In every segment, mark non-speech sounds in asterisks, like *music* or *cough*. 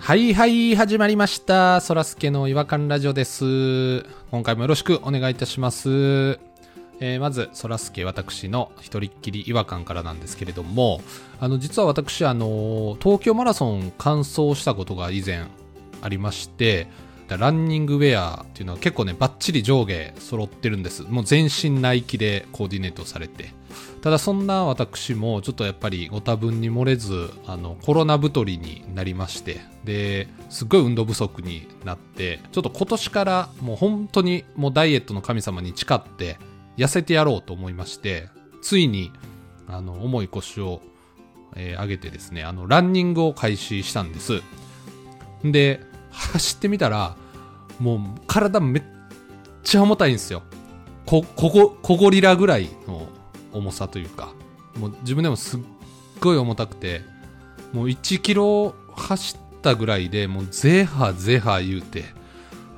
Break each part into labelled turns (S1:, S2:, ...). S1: はいはい、始まりました。そらすけの違和感ラジオです。今回もよろしくお願いいたします。えーまず、そらすけ私の一人っきり違和感からなんですけれども、あの、実は私、あの、東京マラソン完走したことが以前ありまして、ランニングウェアっていうのは結構ね、バッチリ上下揃ってるんです。もう全身ナイキでコーディネートされて。ただそんな私もちょっとやっぱりご多分に漏れずあのコロナ太りになりましてですっごい運動不足になってちょっと今年からもう本当にもうダイエットの神様に誓って痩せてやろうと思いましてついにあの重い腰を、えー上げてですねあのランニングを開始したんですで走ってみたらもう体めっちゃ重たいんですよこここ小ゴリラぐらいの重さというかもう自分でもすっごい重たくてもう1キロ走ったぐらいでもうゼーハーゼーハー言うて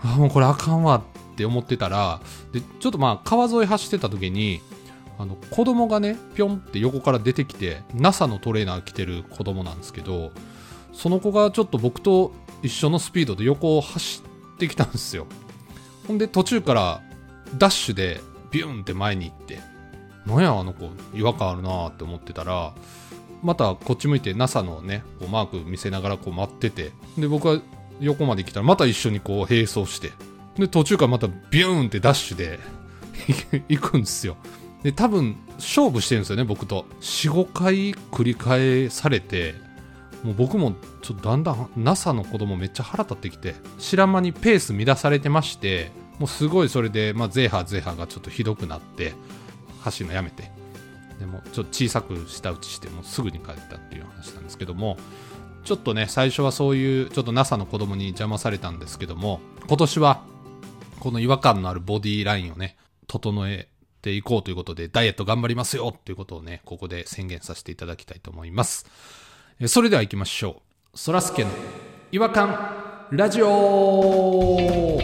S1: あもうこれあかんわって思ってたらでちょっとまあ川沿い走ってた時にあの子供がねぴょんって横から出てきて NASA のトレーナー着てる子供なんですけどその子がちょっと僕と一緒のスピードで横を走ってきたんですよほんで途中からダッシュでビューンって前に行ってなんやあの子違和感あるなーって思ってたらまたこっち向いて NASA のねこうマーク見せながらこう待っててで僕は横まで来たらまた一緒にこう並走してで途中からまたビューンってダッシュで *laughs* 行くんですよで多分勝負してるんですよね僕と45回繰り返されてもう僕もちょっとだんだん NASA の子供めっちゃ腹立ってきて知らん間にペース乱されてましてもうすごいそれで、まあ、ゼーハーゼーハーがちょっとひどくなって走るのやめてでもちょっと小さく舌打ちしてもうすぐに帰ったっていう話なんですけどもちょっとね最初はそういうちょっと NASA の子供に邪魔されたんですけども今年はこの違和感のあるボディラインをね整えていこうということでダイエット頑張りますよっていうことをねここで宣言させていただきたいと思いますえそれでは行きましょうそらすけの違和感ラジオ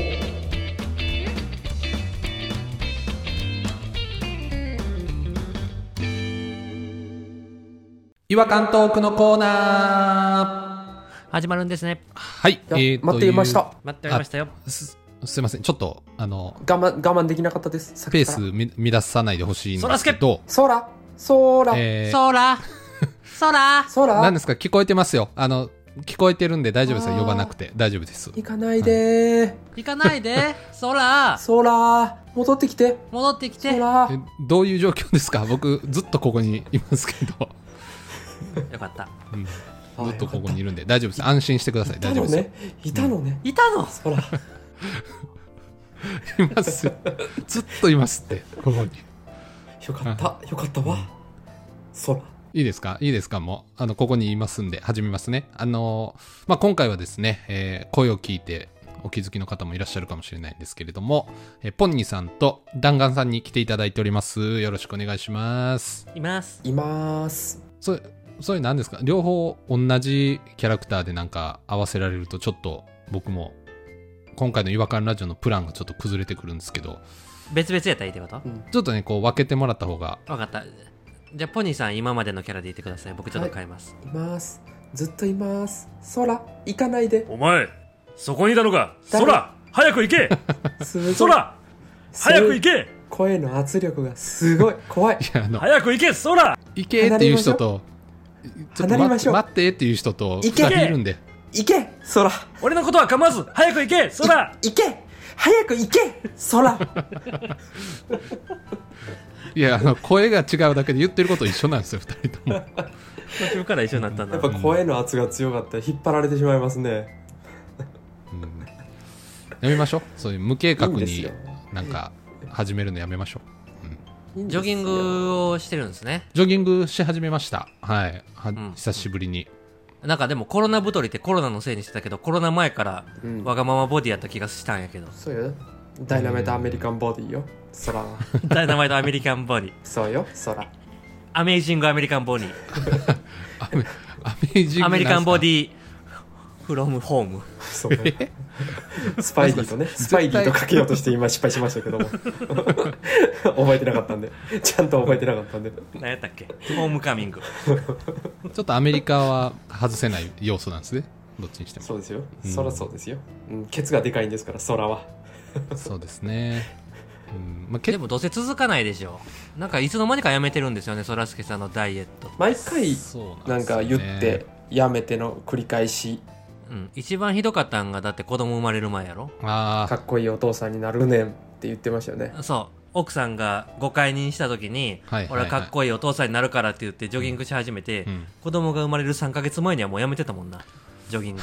S1: 違和感トークのコーナー
S2: 始まるんですね。
S1: はい、
S3: いや待っていまし。た
S2: 待っておりましたよ。
S1: というすすいません、ちょっと、あ
S3: *laughs*
S1: の、
S3: 我慢我慢できなかったですさっ
S1: ペ
S3: き
S1: ー
S3: から
S1: スみ乱さないでほしいんですけど、
S3: そらそら
S1: えー、
S2: ソーラソーラ
S3: そら
S1: 何ですか、聞こえてますよ。あの、聞こえてるんで大丈夫ですよ。
S3: あー
S1: 呼ばなくて大丈夫です。
S3: 行かないでー、
S2: 行かないでソーラ
S3: そら戻ってきて
S2: 戻ってきて
S3: そ
S2: よ
S3: ら
S1: えどういう状況ですか僕、ずっとここにいますけど、
S2: かった。
S1: うん
S3: あ
S1: ずっとここにいるんで大丈夫です。安心してください。
S3: いた
S1: 大丈
S3: の
S1: 夫ですよ。
S3: ねいたのね、
S2: いたの
S3: そら
S1: いますよ。 *laughs* ずっといますって、ここに。
S3: よかったよかったわそら
S1: いいですかいいですかもう、あの、ここにいますんで、始めますね。あのーまあ、今回はですね、えー声を聞いてお気づきの方もいらっしゃるかもしれないんですけれども、えーポンニーさんと弾丸さんに来ていただいております。よろしくお願いします。
S2: います。
S3: いまーす
S1: それ、それ何ですか両方同じキャラクターでなんか合わせられると、ちょっと僕も、今回の違和感ラジオのプランがちょっと崩れてくるんですけど、
S2: 別々やったらいいってこと
S3: うん
S1: ちょっとね、こう分けてもらった方が、 *laughs*
S2: わかった。じゃあ、ポニーさん、今までのキャラでいてください。僕ちょっと変えます。
S3: いまーすずっといまーすそら行かないで
S4: お前そこにいたのか
S3: 誰
S4: そら早く行
S2: *laughs*
S4: け
S3: すごい
S4: そら
S3: すごい
S4: 早く行け
S3: 声の圧力がすごい怖い
S1: いや、あの、
S4: 早く行けそら
S1: 行けっていう人と、ちょっと
S3: 離れま
S1: 待っ
S3: しょう
S1: 待ってっていう人と、二
S3: 行け
S1: 人いるんで。
S3: 行けそら
S4: 俺のことは構わず早く行けそら
S3: 行け早く行け
S1: *laughs*
S3: そら
S1: いや、あの、声が違うだけで言ってること一緒なんですよ、二人と
S3: *laughs*
S1: も。
S2: 途中から一緒になったん
S3: や
S2: だ
S3: っぱ。声の圧が強かったら引っ張られてしまいますね
S1: うんやめましょう。そういう無計画
S3: いいんです
S1: に
S3: よ
S1: なんか始めるのやめましょう。
S2: ジョギングをしてるんですね。
S1: ジョギングし始めました。はい。は
S2: ん
S1: 久しぶりに。
S2: なんかでもコロナ太りってコロナのせいにしてたけど、コロナ前から
S3: うん。
S2: わがままボディやった気がしたんやけど
S3: そうよダイナメイトアメリカンボディよそら
S2: ダイナマイトアメリカンボディ。
S3: そうよそら
S2: アメイジングアメリカンボディ。
S1: アメアメージング
S2: アメリカンボデ
S1: ィ。
S2: ィ。フロムホーム。
S3: そうよスパイディ
S1: *laughs*
S3: とねスパイディとかけようとして今失敗しましたけども覚えてなかったんでちゃんと覚えてなかったんで
S2: 何やったっけホームカミング。
S1: ちょっとアメリカは外せない要素なんですね。どっちにしても
S3: そうですよ。
S1: うん
S3: そらそうですよ。うん、ケツがでかいんですから、空は。
S1: そうですね、うんまあ、
S2: で
S1: 結構
S2: もどうせ続かないでしょなんかいつの間にかやめてるんですよねそらすけさんのダイエット
S3: 毎回、
S1: そう
S3: なん
S1: ですよ
S3: か
S1: ね
S3: 言って、やめての繰り返し、
S2: うん一番ひどかったんがだって子供生まれる前やろ
S1: あ
S3: かっこいいお父さんになるねんって言ってましたよね。
S2: そう奥さんが誤解にした時に、
S1: はいはいはい
S2: 俺はかっこいいお父さんになるからって言ってジョギングし始めて、
S1: あ、うん、
S2: 子供が生まれる3ヶ月前にはもうやめてたもんなジョギング、。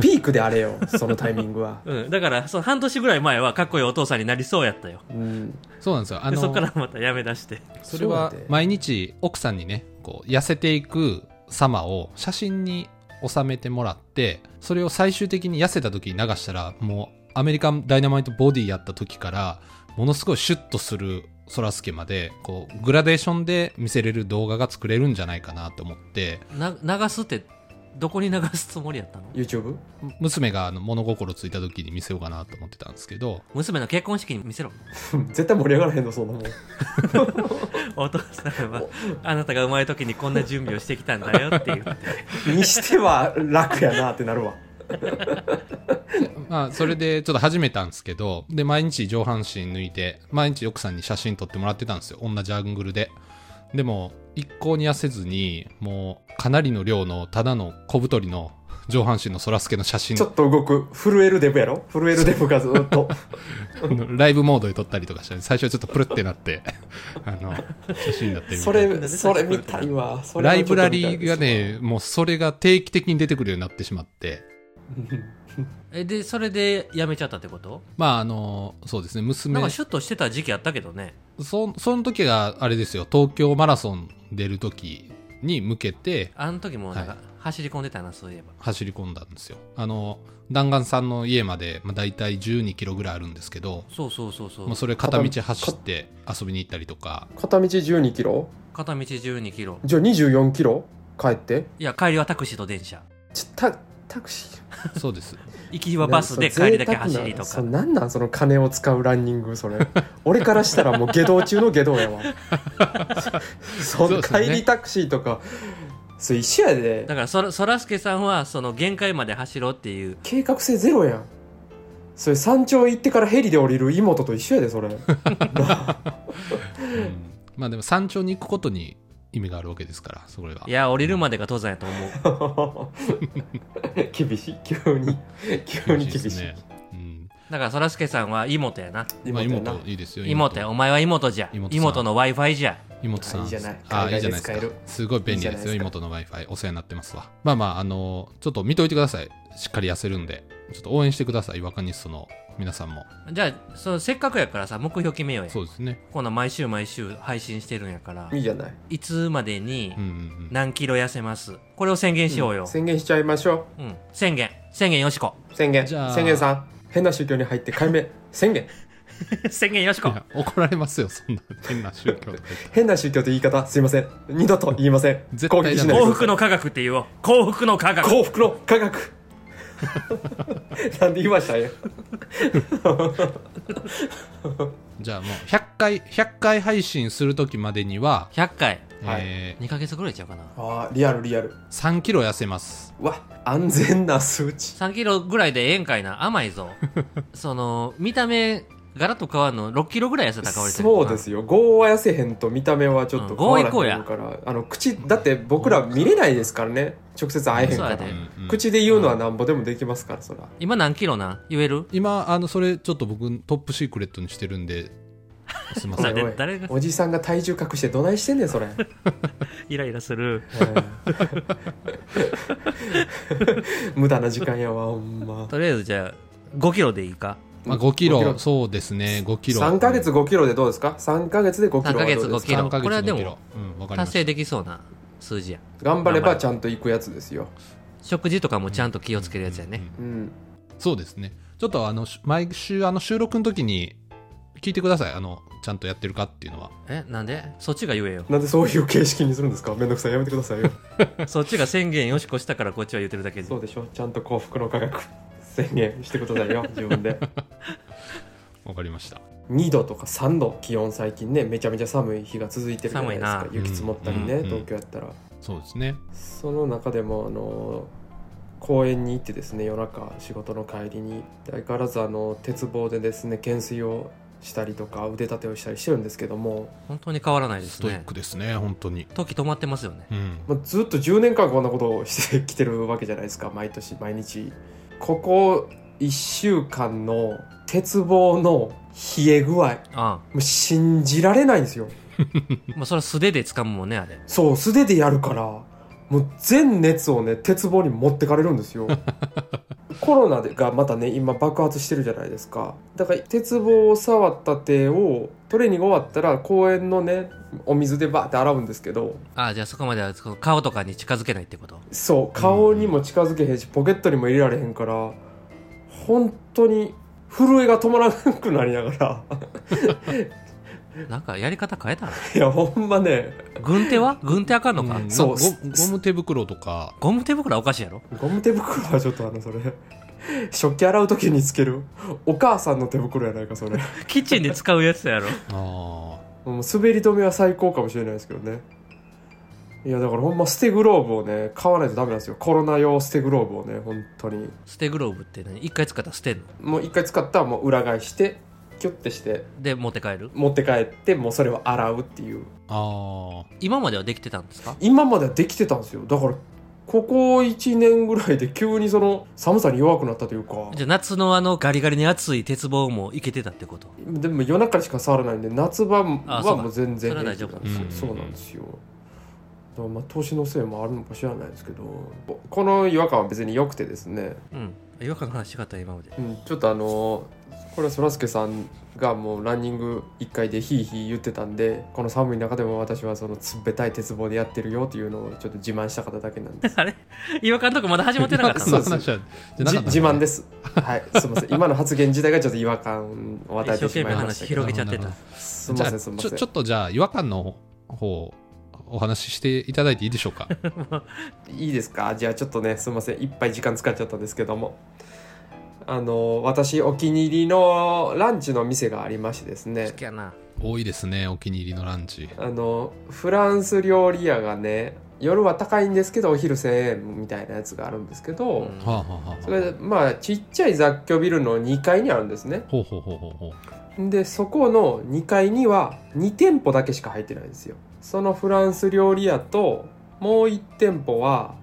S3: ピークであれよ、そのタイミングは
S2: うん、だからそう半年ぐらい前はかっこいいお父さんになりそうやったよ
S3: うん。
S1: そうなんですよあ
S2: で
S1: の
S2: そっからまたやめだして
S1: それは
S3: そうなんで
S1: 毎日奥さんにねこう痩せていく様を写真に収めてもらってそれを最終的に痩せた時に流したらもうアメリカンダイナマイトボディやった時からものすごいシュッとするそらすけまでこうグラデーションで見せれる動画が作れるんじゃないかなと思って
S2: な流すってどこに流すつもりやったの
S3: YouTube?
S1: 娘があの物心ついた時に見せようかなと思ってたんですけど
S2: 娘の結婚式に見せろ
S3: うん *laughs* 絶対盛り上がらへんの、そんなもん。
S2: お父さんはあなたが生まれる時にこんな準備をしてきたんだよって言って
S3: にしては楽やなってなるわ。
S1: まあ、それでちょっと始めたんですけど、で、毎日上半身抜いて、毎日奥さんに写真撮ってもらってたんですよ。同じアングルで。でも、一向に痩せずに、もう、かなりの量の、ただの小太りの上半身のそらすけの写真
S3: ちょ、っと動く、震えるデブやろ震えるデブがずっ
S1: *laughs*
S3: と。
S1: ライブモードで撮ったりとかしたり最初はちょっとプルってなって、 *laughs* あの、写真になってるみた
S3: そ
S1: いな
S3: れ、それ見たいわ。それ
S1: ラ
S3: はちょ
S1: イ
S3: っ
S1: ブ
S3: と見た
S1: ラ
S3: い
S1: リーがね、もうそれが定期的に出てくるようになってしまって、
S2: *laughs* えでそれでやめちゃったってこと
S1: まあ、あの、そうですね、娘
S2: なんかシュッとしてた時期あったけどね
S1: そその時があれですよ東京マラソン出る時に向けて
S2: あの時もなんか
S1: は
S2: 走り込んでたなそういえば
S1: 走り込んだんですよあの弾丸さんの家まで、まあ、大体1 2キロぐらいあるんですけど、
S2: そうそうそうそう、
S1: まあ、それ片道走って遊びに行ったりとか
S3: 片道12キロ
S2: 片道12キロ
S3: じゃあ24キロ帰って
S2: いや帰りはタクシーと電車
S3: ちょタタクシー
S1: そうです
S2: 行きはバスで
S3: そう
S2: 帰りだけ走
S3: 贅
S2: り
S3: 沢な
S2: と
S3: そ
S2: か
S3: うなんなんその金を使うランニングそれ俺からし
S1: *laughs*
S3: たらもう下道中の下道やわそ
S1: そう
S3: の
S1: ですよね
S3: 帰りタクシーとかそう一緒やで
S2: だからそらそらすけさんはその限界まで走ろうっていう
S3: 計画性ゼロやんそれ山頂行ってからヘリで降りる妹と一緒やでそれ
S1: うんまあでも山頂に行くことに意味があるわけですからそれはい
S2: や降りるまでが登山やと思う
S3: *laughs* 厳しい急に急に厳しい
S1: ですね、うん
S2: だからそらすけさんは妹やな
S1: まあ、
S3: やな
S1: 妹いいですよ
S2: 妹やお前は妹じゃ
S1: 妹
S2: 妹
S1: さん
S2: の w i f i じゃ
S1: 妹さん。
S3: あいいじゃない
S1: あいい
S3: 海
S1: じゃない
S3: 外で
S1: です
S3: 使
S1: か
S3: える。
S1: すごい便利ですよ、
S3: いいじゃない
S1: 妹の Wi-Fi。お世話になってますわ。まあまあ、あの、ちょっと見といてください。しっかり痩せるんで。ちょっと応援してください、ワカニストの皆さんも。
S2: じゃあそのせっかくやからさ目標決めようや
S1: そうですね。
S2: こんな毎週毎週配信してるんやから
S3: いいじゃない
S2: いつまでに
S1: うんうん
S2: 何キロ痩せますこれを宣言しようよ、
S3: 宣言しちゃいましょ
S2: うん宣言宣言よしこ
S3: う宣言
S1: じゃあ
S3: 宣言さん変な宗教に入って解明宣言
S2: *laughs* 宣言よし
S1: うん。
S2: こ
S1: いや、怒られますよ、そんな変な宗教とか言って
S3: 変な宗教という言い方すいません二度と言いません
S1: 絶対
S3: 攻撃しない
S1: ダ
S3: で
S1: メ
S2: *laughs* 幸
S3: くださ
S2: 福の科学って言おう幸福の科
S3: い
S2: 学
S3: 幸福の科学
S1: *laughs*
S3: なんで言いましたよ
S1: じゃあもう、100回、100回配信するときまでには、
S2: 100回
S3: はい
S1: え
S2: 2ヶ月ぐらいちゃうかな
S3: あーリアルリアル
S1: ー、3キロ痩せます。
S3: うわ安全な数値
S2: 3キロぐらいでええんかいな甘い *laughs* ぞその見た目ガラッと変わるの6キロぐらい痩せた顔してる
S3: そうですよ5は痩せへんと見た目はちょっと
S2: うん
S3: 変わらへん
S2: 5行こうや
S3: からあの口だって僕ら見れないですからね直接会えへんか
S2: そ
S3: ら
S2: うやで
S1: うんうん
S3: 口で言うのはなんぼでもできますからそら
S2: 今何キロなん言える
S1: 今、あの、それ、ちょっと僕、トップシークレットにしてるんで、すいませ
S2: そ
S3: *laughs*
S1: ん
S2: う。
S3: おいおい
S2: で誰が
S3: おじさんが体重隠してどないしてんねん
S2: *laughs*
S3: それ *laughs*
S2: イライラする
S3: 無駄な時間やわほんま
S2: とりあえずじゃあ5キロでいいか
S1: まあ、5キ
S3: 5キ
S1: ロ、
S3: ロ
S1: そうですね、5キロ。
S3: 3ヶ月5キロでどうですか3ヶ月で5キロはどうです
S2: 三ヶ月
S3: か
S2: 5キロ
S1: 3ヶ月
S2: これはでも
S1: 5キロうん、わかりま
S2: 達
S1: した
S2: 成できそうな数字や
S3: 頑張ればちゃんと行くやつですよ、
S2: 食事とかもちゃんと気をつけるやつやね、
S1: うんうんうん
S3: うん、
S1: そうですねちょっとあのし毎週あの収録の時に聞いてくださいあのちゃんとやってるかっていうのは
S2: えなんでそっちが言えよ *laughs*
S3: なんでそういう形式にするんですかめんどくさいやめてくださいよ
S2: そっちが宣言よしこしたからこっちは言ってるだけで
S3: そうでしょちゃんと幸福の科学 *laughs* 宣言してくださいよ *laughs* 自分で
S1: わかりました
S3: 2度とか3度気温最近ねめちゃめちゃ寒い日が続いてるじゃないですか
S2: 寒
S1: いな
S3: 雪積もったりね、
S1: うんうん
S3: 東京やったら
S1: そうですね
S3: その中でもあのー公園に行ってですね夜中仕事の帰りに相変わらずあの鉄棒でですね懸垂をしたりとか腕立てをしたりしてるんですけども、
S2: 本当に変わらないです
S1: ストイッ
S2: ね
S1: クですね本当に
S2: 時止まってますよね
S1: うん
S3: まあ、ずっと10年間こんなことをしてきてるわけじゃないですか毎年毎日ここ1週間の鉄棒の冷え具合
S2: あ
S3: もう信じられないんですよ
S2: あまあそれは素手で掴むもんねあれ
S3: そう素手でやるからもう全熱をね鉄棒に持ってかれるんですよコロナがまたね今爆発してるじゃないですかだから鉄棒を触った手をトレーニング終わったら公園のねお水でバーって洗うんですけど
S2: ああじゃあそこまではその顔とかに近づけないってこと
S3: そう顔にも近づけへんし、ポケットにも入れられへんから本当に震えが止まらなくなりながら *laughs*
S2: なんかやり方変えたら
S3: いやほんまね
S2: 軍手は軍手あかんのか、
S1: ん
S3: そ
S1: な
S3: う
S1: んかゴゴム手袋とか
S2: ゴム手袋はおかしいやろ
S3: ゴム手袋はちょっとあのそれ食器洗う時につけるお母さんの手袋やないかそれ
S2: キッチンで使うやつや *laughs* ろ
S1: ああ
S3: もう滑り止めは最高かもしれないですけどねいやだからほんまステグローブをね買わないとダメなんですよコロナ用ステグローブをね本当に
S2: 捨てグローブって何一回使ったら捨てんの
S3: もう一回使ったらもう裏返してキュッてして
S2: で持って帰る
S3: 持って帰ってもうそれを洗うっていう
S1: ああ
S2: 今まではできてたんですか
S3: 今まではできてたんですよだからここ1年ぐらいで急にその寒さに弱くなったというか
S2: じゃあ夏のあのガリガリに熱い鉄棒もいけてたってこと
S3: でも夜中しか触らないんで夏場
S2: あそ
S3: は
S2: うか
S3: もう全然
S2: それは大丈
S3: 平
S2: 夫
S3: 気なんですよそうなんですよだからまあ投資のせいもあるのか知らないですけどこの違和感は別に良くてですね、
S2: うん違和感の話があった今まで
S3: うん、ちょっとあのこれはそらすけさんがもうランニング1回でヒーヒー言ってたんでこの寒い中でも私はその冷たい鉄棒でやってるよっていうのをちょっと自慢した方だけなんです
S2: *laughs* あれ違和感のとこまだ始まってなかった
S3: そ
S2: の
S3: う
S1: その話はじゃな
S3: じ
S1: かった
S3: 自慢です。はい、すみません。今の発言自体がちょっと違和感を与え
S2: 一生
S3: てし
S2: 懸
S3: ま
S2: 命
S3: いまし
S2: 話
S3: たけど。
S2: 広げちゃってた
S1: なる
S3: すみ
S1: じ
S3: ま
S1: ゃあ
S3: せん、
S1: ち
S3: す
S1: ょ
S3: みません。
S1: ちょっとじゃあ違和感の方お話ししていただいていいでしょうか
S3: いいですかじゃあちょっとね、すみません。いっぱい時間使っちゃったんですけども。あの、私、お気に入りのランチの店がありましてです
S2: *laughs* 好
S3: ね。
S2: きやな
S1: 多いですねお気に入りのランチ
S3: あの、フランス料理屋がね、夜は高いんですけど、お昼1000円みたいなやつがあるんですけど、
S2: うん
S1: はあ、はあはあ
S3: それで、まあ、ちっちゃい雑居ビルの2階にあるんですね。
S1: ほうほうほうほうほう
S3: でそこの2階には2店舗だけしか入ってないんですよそのフランス料理屋ともう1店舗は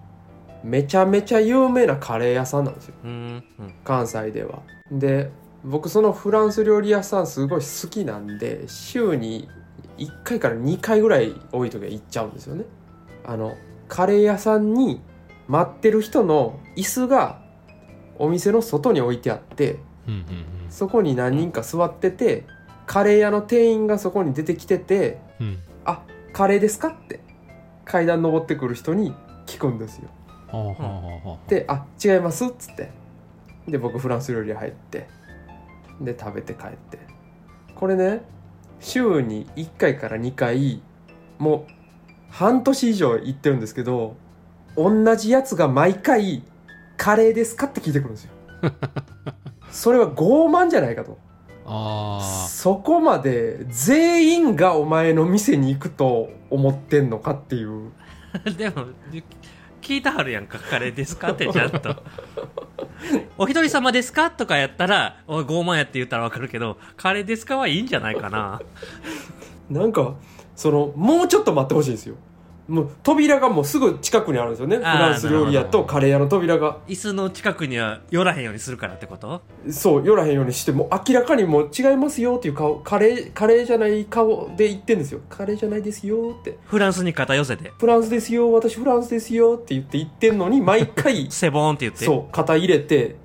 S3: めちゃめちゃ有名なカレー屋さんなんですよ
S2: うんうん
S3: 関西ではで僕そのフランス料理屋さんすごい好きなんで週に1回から2回ぐらい多い時は行っちゃうんですよねあのカレー屋さんに待ってる人の椅子がお店の外に置いてあって
S1: うんうん
S3: そこに何人か座っててカレー屋の店員がそこに出てきてて
S1: うんうん
S3: 「あカレーですか?」って階段登ってくる人に聞くんですよ。
S1: はあはあはあはあ
S3: で「あ違います」っつってで僕フランス料理屋入ってで食べて帰ってこれね週に1回から2回もう半年以上行ってるんですけど同じやつが毎回「カレーですか?」って聞いてくるんですよ。それは傲慢じゃないかと。
S1: あ
S3: そこまで全員がお前の店に行くと思ってんのかっていう
S2: *laughs* でも聞いたはるやんかカレーです
S3: *laughs*
S2: かってちゃんとお一人様ですかとかやったらおい傲慢やって言ったらわかるけどカレーですかはいいんじゃないかな
S3: なんかそのもうちょっと待ってほしいんですよもう扉がもうすぐ近くにあるんですよねフ
S2: あー
S3: ランス料理屋とカレー屋の扉が
S2: 椅子の近くには寄らへんようにするからってこと
S3: そう寄らへんようにしてもう明らかにもう違いますよっていう顔カレーカレーじゃない顔で言ってんですよカレーじゃないですよって
S2: フランスに肩寄せて
S3: フランスですよ私フランスですよって言って言ってんのに毎回
S2: セボーンって言って
S3: そう肩入れて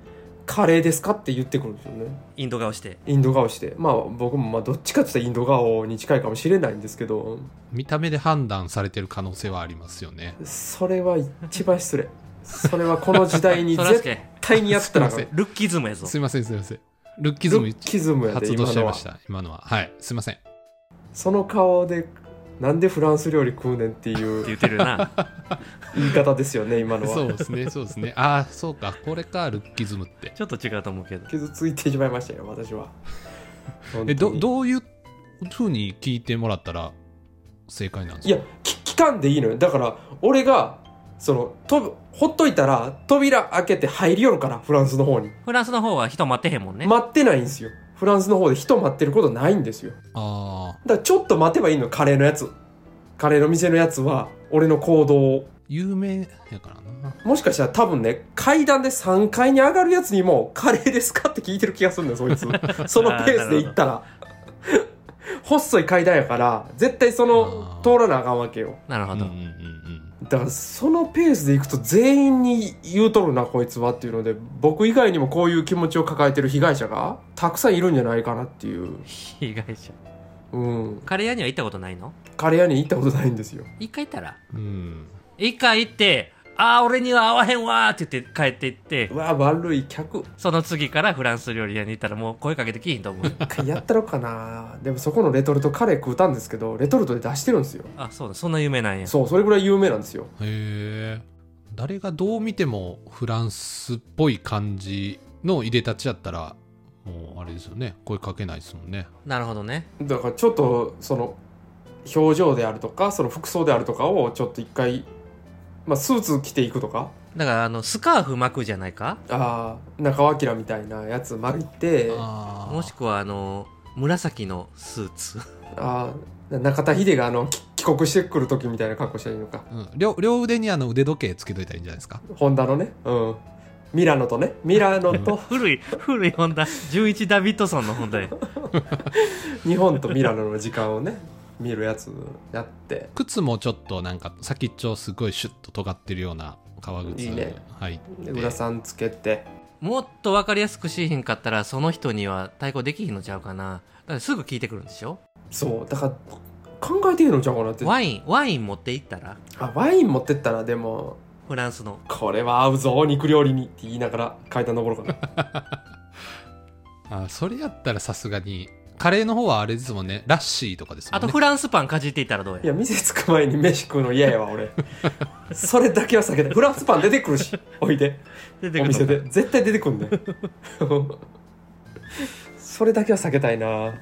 S3: カレーですかって言ってくるんですよね
S2: インド顔して
S3: インド顔してまあ僕もまあどっちかって言ったらインド顔に近いかもしれないんですけど
S1: あ見た目で判断されてる可能性はありますよね
S3: それは一番失礼それはこの時代に
S2: そらす
S3: 絶
S2: け
S3: 対にやった
S1: *laughs*
S3: らあかん
S1: すいま
S2: ルッキズムやぞ
S1: すいませんすいませんルッキズ
S3: ル
S1: ム
S3: ッキズムやで
S1: 発動
S3: 今
S1: しちゃい
S3: の
S1: ま
S3: は
S1: した今のははいすいません
S3: その顔でなんでフランス料理食うねんって
S2: っ
S3: い
S2: て
S3: う
S2: 言ってるな
S3: 言い方ですよね今
S1: *laughs*
S3: の
S1: そ
S3: は
S1: うですねそうですねああそうかこれかルッキズムって
S2: ちょっと違うと思うけど
S3: 傷ついてしまいましたよ私は本当に
S1: えどどういうふうに聞いてもらったら正解なんです
S3: い
S1: か
S3: やき聞かんでいいのよだから俺がそのとほっといたら扉開けて入りよるからフランスの方に、
S2: フランスの方は人待ってへんもんね。
S3: 待ってないんですよフランスの方で人待ってることないんですよ
S1: ああ、
S3: だからちょっと待てばいいのカレーのやつカレーの店のやつは俺の行動を
S1: 有名やからな。
S3: もしかしたら多分ね階段で3階に上がるやつにも「カレーですか?」って聞いてる気がするんだよそい
S1: *laughs*
S3: つそのペースで行ったら細い階段やから絶対そ
S1: あ
S3: の
S1: ー
S3: 通らなあかんわけよ
S2: なるほ
S1: うん
S2: ど。
S1: うんうんうん。
S3: だからそのペースで行くと全員に言うとるなこいつはっていうので僕以外にもこういう気持ちを抱えてる被害者がたくさんいるんじゃないかなっていう
S2: 被害者。
S3: うん
S2: カレー屋には行ったことないの
S3: カレー屋に行ったことないんですよ
S2: 一回行ったら。
S1: うん。
S2: 一回行って、ああ、俺には合わへんわーって言って帰って行って
S3: う、わ悪い客
S2: その次からフランス料理屋に行ったらもう声かけてきひんと思う。
S3: 一回やったろかなでもそこのレトルトカレー食うたんですけどレトルトで出してるんですよ
S2: あ、そうだ、そんな有名なんや。
S3: そうそれぐらい有名なんですよ
S1: へえ。誰がどう見てもフランスっぽい感じの入れ立ちやったら、もうあれですよね。声かけないですもんね。
S2: なるほどね。
S3: だからちょっとその表情であるとかその服装であるとかをちょっと一回、まあ、スーツ着ていくとか
S2: だから、あの、スカーフ巻くじゃないか
S3: あー中尾明みたいなやつ巻いて
S1: ああ。
S2: もしくは、あの、紫のスーツ。
S3: あー中田秀があのき帰国してくる時みたいな格好したらいいのか
S1: うん、両両腕にあの腕時計つけといたらいいんじゃないですか。
S3: ホンダのねうんミラノとねミラノと
S2: 古い、古いホンダ。11ダビッドソンのホンダや。
S3: 日本とミラノの時間をね見るやつやって
S1: 靴もちょっとなんか先っちょすごいシュッと尖ってるような革靴
S3: いいね
S1: 入っ
S3: で
S1: て。
S3: 裏さんつけて
S2: もっと分かりやすくしひんかったらその人には対抗できひんのちゃうかなだからすぐ聞いてくるんでしょ
S3: そうだから考えていいのちゃうかなって
S2: ワインワイン持って行ったら
S3: あワイン持ってったらでも
S2: フランスの
S3: これは合うぞ肉料理にって言いながら階段登ろうかな
S1: あそれやったらさすがに。カレーの方はあれですもんね。ラッシーとかですも
S2: あ
S1: んね。
S2: とフランスパンかじっていったらどう
S3: *laughs* い
S2: や
S3: や店着く前に飯食うの嫌やわ俺 *laughs* それだけは避けてフランスパン出てくるし *laughs* おいで
S2: 出て
S3: お
S2: く
S3: 店
S2: る
S3: で絶対出てくんね *laughs* それだけは避けたいな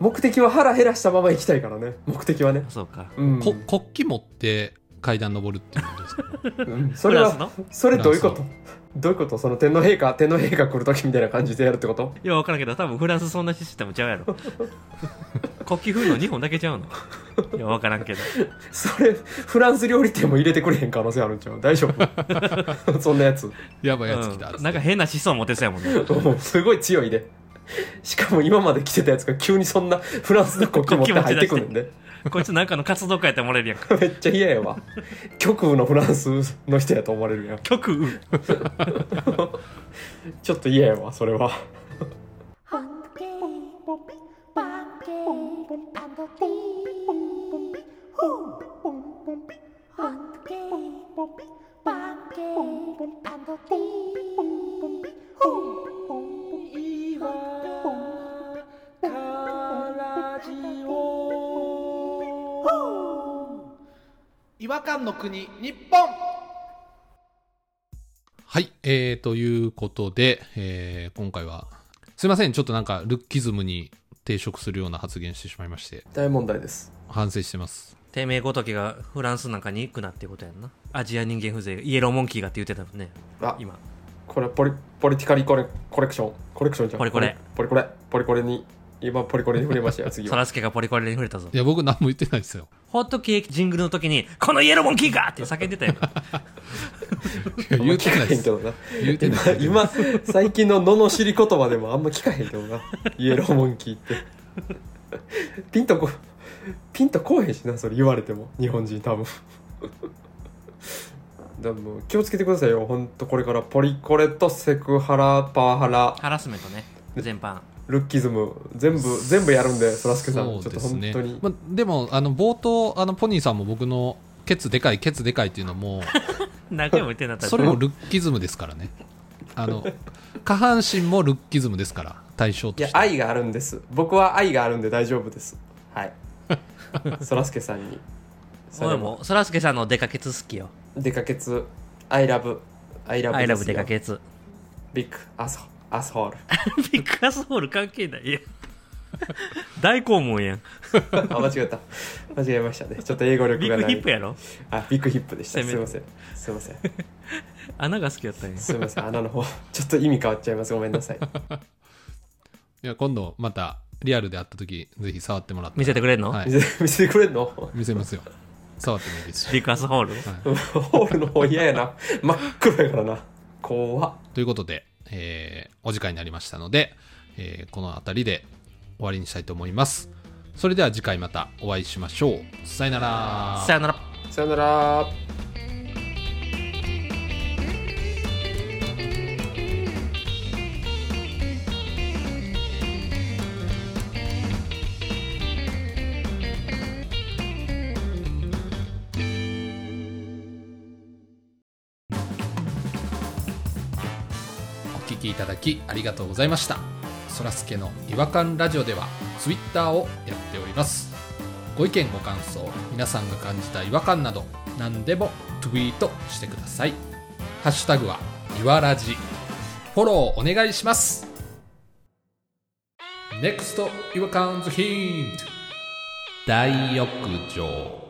S3: 目的は腹減らしたまま行きたいからね目的はね
S2: そうか
S3: うん、
S1: こ国旗持って階段登るっていうことですか
S3: うんそ
S2: フ
S3: れ
S2: ランス
S3: は
S2: の
S3: それどういうこ
S1: フ
S3: と
S1: ラ
S3: どういうことその天皇陛下天皇陛下来る時みたいな感じでやるってこと
S2: いや分からんけど多分フランスそんなシステムちゃうやろ国旗風の2本だけちゃうのいや分からんけど
S3: それフランス料理店も入れてくれへん可能性あるんちゃう大丈夫 *laughs* そんなやつ
S1: やばいやつ来たっつって、
S2: うん、なんか変な思想持てそうやもんね
S3: もうすごい強いでしかも今まで来てたやつが急にそんなフランスの国旗持って入ってくるんで
S2: こいつなんかの活動家やってもらえるやんか
S3: めっちゃ嫌やわ極右のフランスの人やと思われるやん
S2: 極右
S3: ちょっと嫌やわそれは
S5: Hunky,
S6: 違和感の国日本
S1: はい、えー、ということで、えー今回は、すいません、ちょっとなんかルッキズムに抵触するような発言してしまいまして、
S3: 大問題です
S1: 反省してます。
S2: てめえごときがフランスなんかに行くなってことやんなアジア人間風情イエローモンキーがって言ってたもんね
S3: あ
S2: 今
S3: これポリポリティカリコレコレクションコレクションじゃん
S2: ポリコレ
S3: ポリポリコレポリコレに今ポリコレに触れましたよ次
S2: そ
S3: は
S2: らすけがポリコレに触れたぞ
S1: いや、僕何も言ってないですよ。
S2: ホットケーキジングルの時に「このイエローモンキーか!」って叫んで *laughs* たよ
S1: いや *laughs* 言ってないで
S3: 聞かへんけ
S1: す。
S3: どな
S1: 言ってないです。
S3: 今最近の罵り言葉でもあんま聞かへんけどなイエローモンキーってピンとこピンとこうへんしなそれ言われても日本人多分でも気をつけてくださいよほんとこれからポリコレとセクハラパワハラ
S2: ハラスメントね全般
S3: ルッキズム全部全部やるんでそらすけさん、
S1: そう
S3: ちょっ
S1: で
S3: と
S1: す
S3: 本
S1: ね
S3: 当に、。
S1: まあ、でも、あの、冒頭、あの、ポニーさんも僕の、ケツでかい、ケツでかいっていうの
S3: *laughs*
S1: も、
S2: 何回も言ってんだったら
S1: それもルッキズムですからね。あ
S3: *laughs*
S1: の、下半身もルッキズムですから、対象
S3: い
S1: と
S3: や
S1: して。
S3: 愛があるんです僕は愛があるんで大丈夫ですはい
S1: *laughs*
S3: そらすけさんにそ
S2: 俺
S3: れ
S2: も *laughs* そらすけさんのデカケツ好きよ
S3: デカケツアイラブアイラブ
S2: アイラブデカケ *laughs* ツ
S3: ビッグアスアスホール
S2: ビッグアスホール関係ないいや *laughs* 大肛門やん。
S3: *laughs* あ間違った間違えましたねちょっと英語力
S2: ビ
S3: が
S2: ッグ
S3: ない
S2: ヒップやろ
S3: あビッグヒップでした
S2: 攻
S3: す
S2: め
S3: いませんすいません
S2: 穴が好きやったんや。
S3: すいません穴の方ちょっと意味変わっちゃいますごめんなさい *laughs*
S1: いや、今度またリアルで会った時、ぜひ触ってもらって。
S2: 見せてくれんの、
S1: はい
S3: 見。せ見せてくれんの *laughs*
S1: 見せますよ。触ってもいいですし。
S2: ビッグアスホール。
S3: ホールの方嫌やな真っ黒やからな怖っ
S1: ということで、えーお時間になりましたので、えーこの辺りで終わりにしたいと思います。それでは次回またお会いしましょう。さよなら。
S2: さよなら。
S3: さよなら
S1: お聞きいただきありがとうございましたそらすけの違和感ラジオではツイッターをやっておりますご意見ご感想皆さんが感じた違和感など何でもツイートしてくださいハッシュタグはいわらじフォローお願いします NEXT 違和感ズヒント大浴場